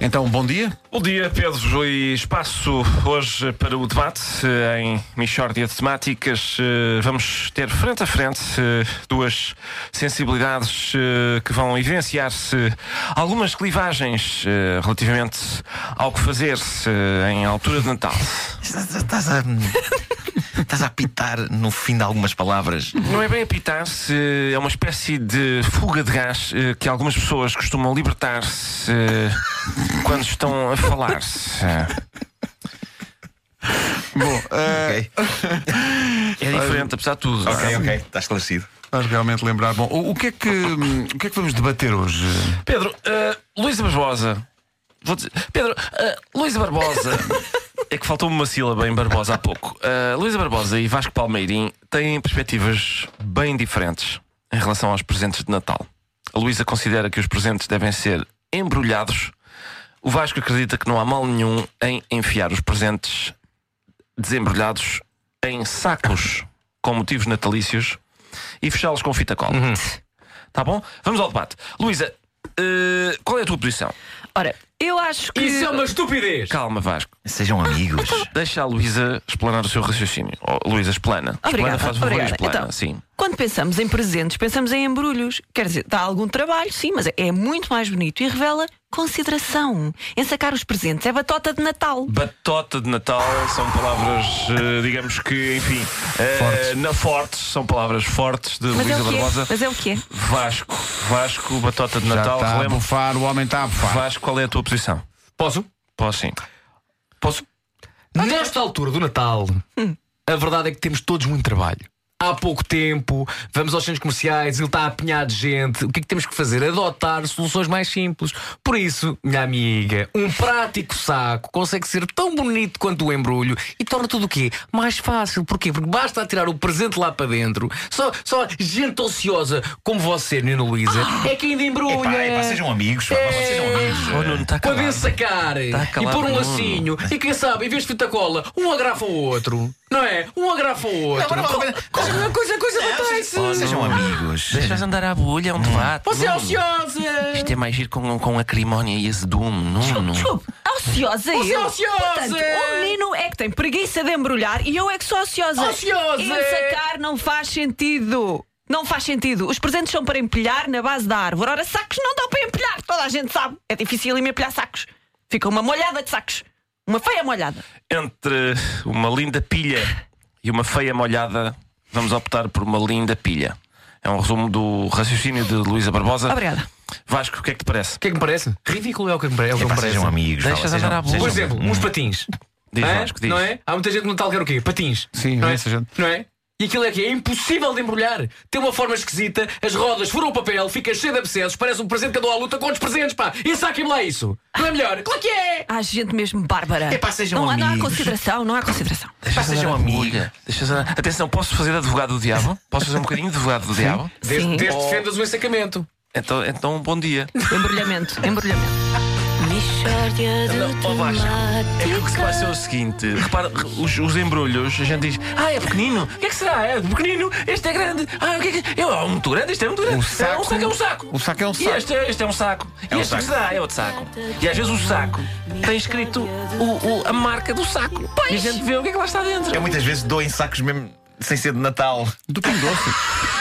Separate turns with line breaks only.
Então, bom dia.
Bom dia, Pedro, e espaço hoje para o debate eh, em Michórdia de Temáticas. Eh, Vamos ter frente a frente eh, duas sensibilidades eh, que vão evidenciar-se algumas clivagens eh, relativamente ao que fazer eh, em altura de Natal.
Estás a. Estás a apitar no fim de algumas palavras.
Não é bem apitar-se, é uma espécie de fuga de gás eh, que algumas pessoas costumam libertar-se eh, quando estão a falar-se.
Ah, Ok,
É diferente, apesar de tudo. não é?
ok, ok. Está esclarecido.
Faz realmente lembrar. Bom, o, o que é que, hum, o que é que vamos debater hoje?
Pedro, eh, Luísa Barbosa. Vou dizer- Pedro, eh, Luísa Barbosa. é que faltou-me uma sílaba em Barbosa há pouco. Eh, Luísa Barbosa e Vasco Palmeirim têm perspectivas bem diferentes em relação aos presentes de Natal. A Luísa considera que os presentes devem ser embrulhados. O Vasco acredita que não há mal nenhum em enfiar os presentes desembrulhados em sacos com motivos natalícios e fechá-los com fita cola. Tá bom? Vamos ao debate. Luísa, eh, qual é a tua posição?
Ora, eu acho que.
Isso é uma estupidez!
Calma, Vasco.
Sejam amigos.
Deixa a Luísa explanar o seu raciocínio. Oh, Luísa, explana.
Obrigada,
explana, faz o favor, e
obrigada.
explana.
Então,
Sim.
Quando pensamos em presentes, pensamos em embrulhos. Quer dizer, dá algum trabalho, sim, mas é muito mais bonito e revela consideração. Em sacar os presentes é batota de Natal.
Batota de Natal são palavras, eh, digamos que, enfim, eh, na fortes, são palavras fortes de
Mas é
Luísa
o que é.
Barbosa.
Mas é o que é.
Vasco, Vasco, batota de Natal.
Já está a
relembro.
bufar, o homem está a bufar.
tá Vasco, qual é a tua posição?
Posso?
Posso sim.
Posso?
Hum.
Nesta altura do Natal, a verdade é que temos todos muito trabalho. Há pouco tempo, vamos aos centros comerciais, ele está apinhado de gente. O que é que temos que fazer? Adotar soluções mais simples. Por isso, minha amiga, um prático saco consegue ser tão bonito quanto o embrulho e torna tudo o quê? Mais fácil. Porquê? Porque basta atirar o presente lá para dentro. Só, só gente ociosa como você, Nina Luísa, é que ainda embrulha.
Ah! Epá, epá, sejam amigos. pá,
É.
vocês sejam amigos.
Oh, Nuno, está
Podem
calado.
sacar e
calado,
pôr um
Nuno.
lacinho. E quem sabe, em vez de fita cola, um agrafa o outro. Não é? Um agrafa o outro.
Não, mas-
Co- coisa, coisa, coisa bateu-se.
Sejam amigos.
Deixas andar à bolha, é um debate.
Você é
Nuno.
ociosa!
Isto é mais giro com, com acrimónia e azedume, Nuno.
Desculpe, ociosa
Você é
eu.
ociosa!
Portanto, o menino é que tem preguiça de embrulhar e eu é que sou ociosa.
Ociosa!
Em sacar não faz sentido. Não faz sentido. Os presentes são para empilhar na base da árvore. Ora, sacos não dão para empilhar. Toda a gente sabe. É difícil em empilhar sacos. Fica uma molhada de sacos. Uma feia molhada.
Entre uma linda pilha e uma feia molhada, vamos optar por uma linda pilha. É um resumo do raciocínio de Luísa Barbosa.
Obrigada.
Vasco, o que é que te parece?
O que é que me parece? Ridículo é o que me pare- é o que me
Epá,
parece.
sejam amigos.
Deixas
fala,
andar
sejam-
à boa.
sejam-
Por exemplo, uns patins.
Diz
Hã?
Vasco, diz.
Não é? Há muita gente no Natal quer o quê? Patins.
Sim,
não é?
essa gente.
Não é? E aquilo é que é impossível de embrulhar. Tem uma forma esquisita, as rodas foram o papel, fica cheio de abscessos, parece um presente que eu dou à luta com outros presentes, pá! E saquem-me lá isso! Não é melhor? Claro que é!
Há gente mesmo bárbara.
Epá, sejam
um
não, há- não há
amigos.
consideração, não há consideração.
Deixas
Pá, sejam
andar à
amigos.
bolha. Deixas andar- Atenção, posso fazer advogado do diabo? Posso fazer um bocadinho de advogado do diabo?
Desde,
Sim.
desde que defendas o ensacamento.
Então, então bom dia.
Embrulhamento, embrulhamento.
Mistória de
Ó, Vasco, é que o que se passa é o
temáticas.
seguinte: repara, os, os embrulhos, a gente diz, ah, é pequenino, o que é que será? É pequenino, este é grande, ah, o que é que é? É muito grande, este é muito grande.
O
é, um
saco-
saco é um saco.
o saco é um
E
saco.
este, é- este é um saco. e
um
este que
saco.
será? É outro saco. E às vezes o saco tem escrito o- o- a marca do saco. E a gente vê o que é que lá está dentro.
é
Eu muitas vezes dou em sacos mesmo sem ser de Natal.
Do Pingo Doce.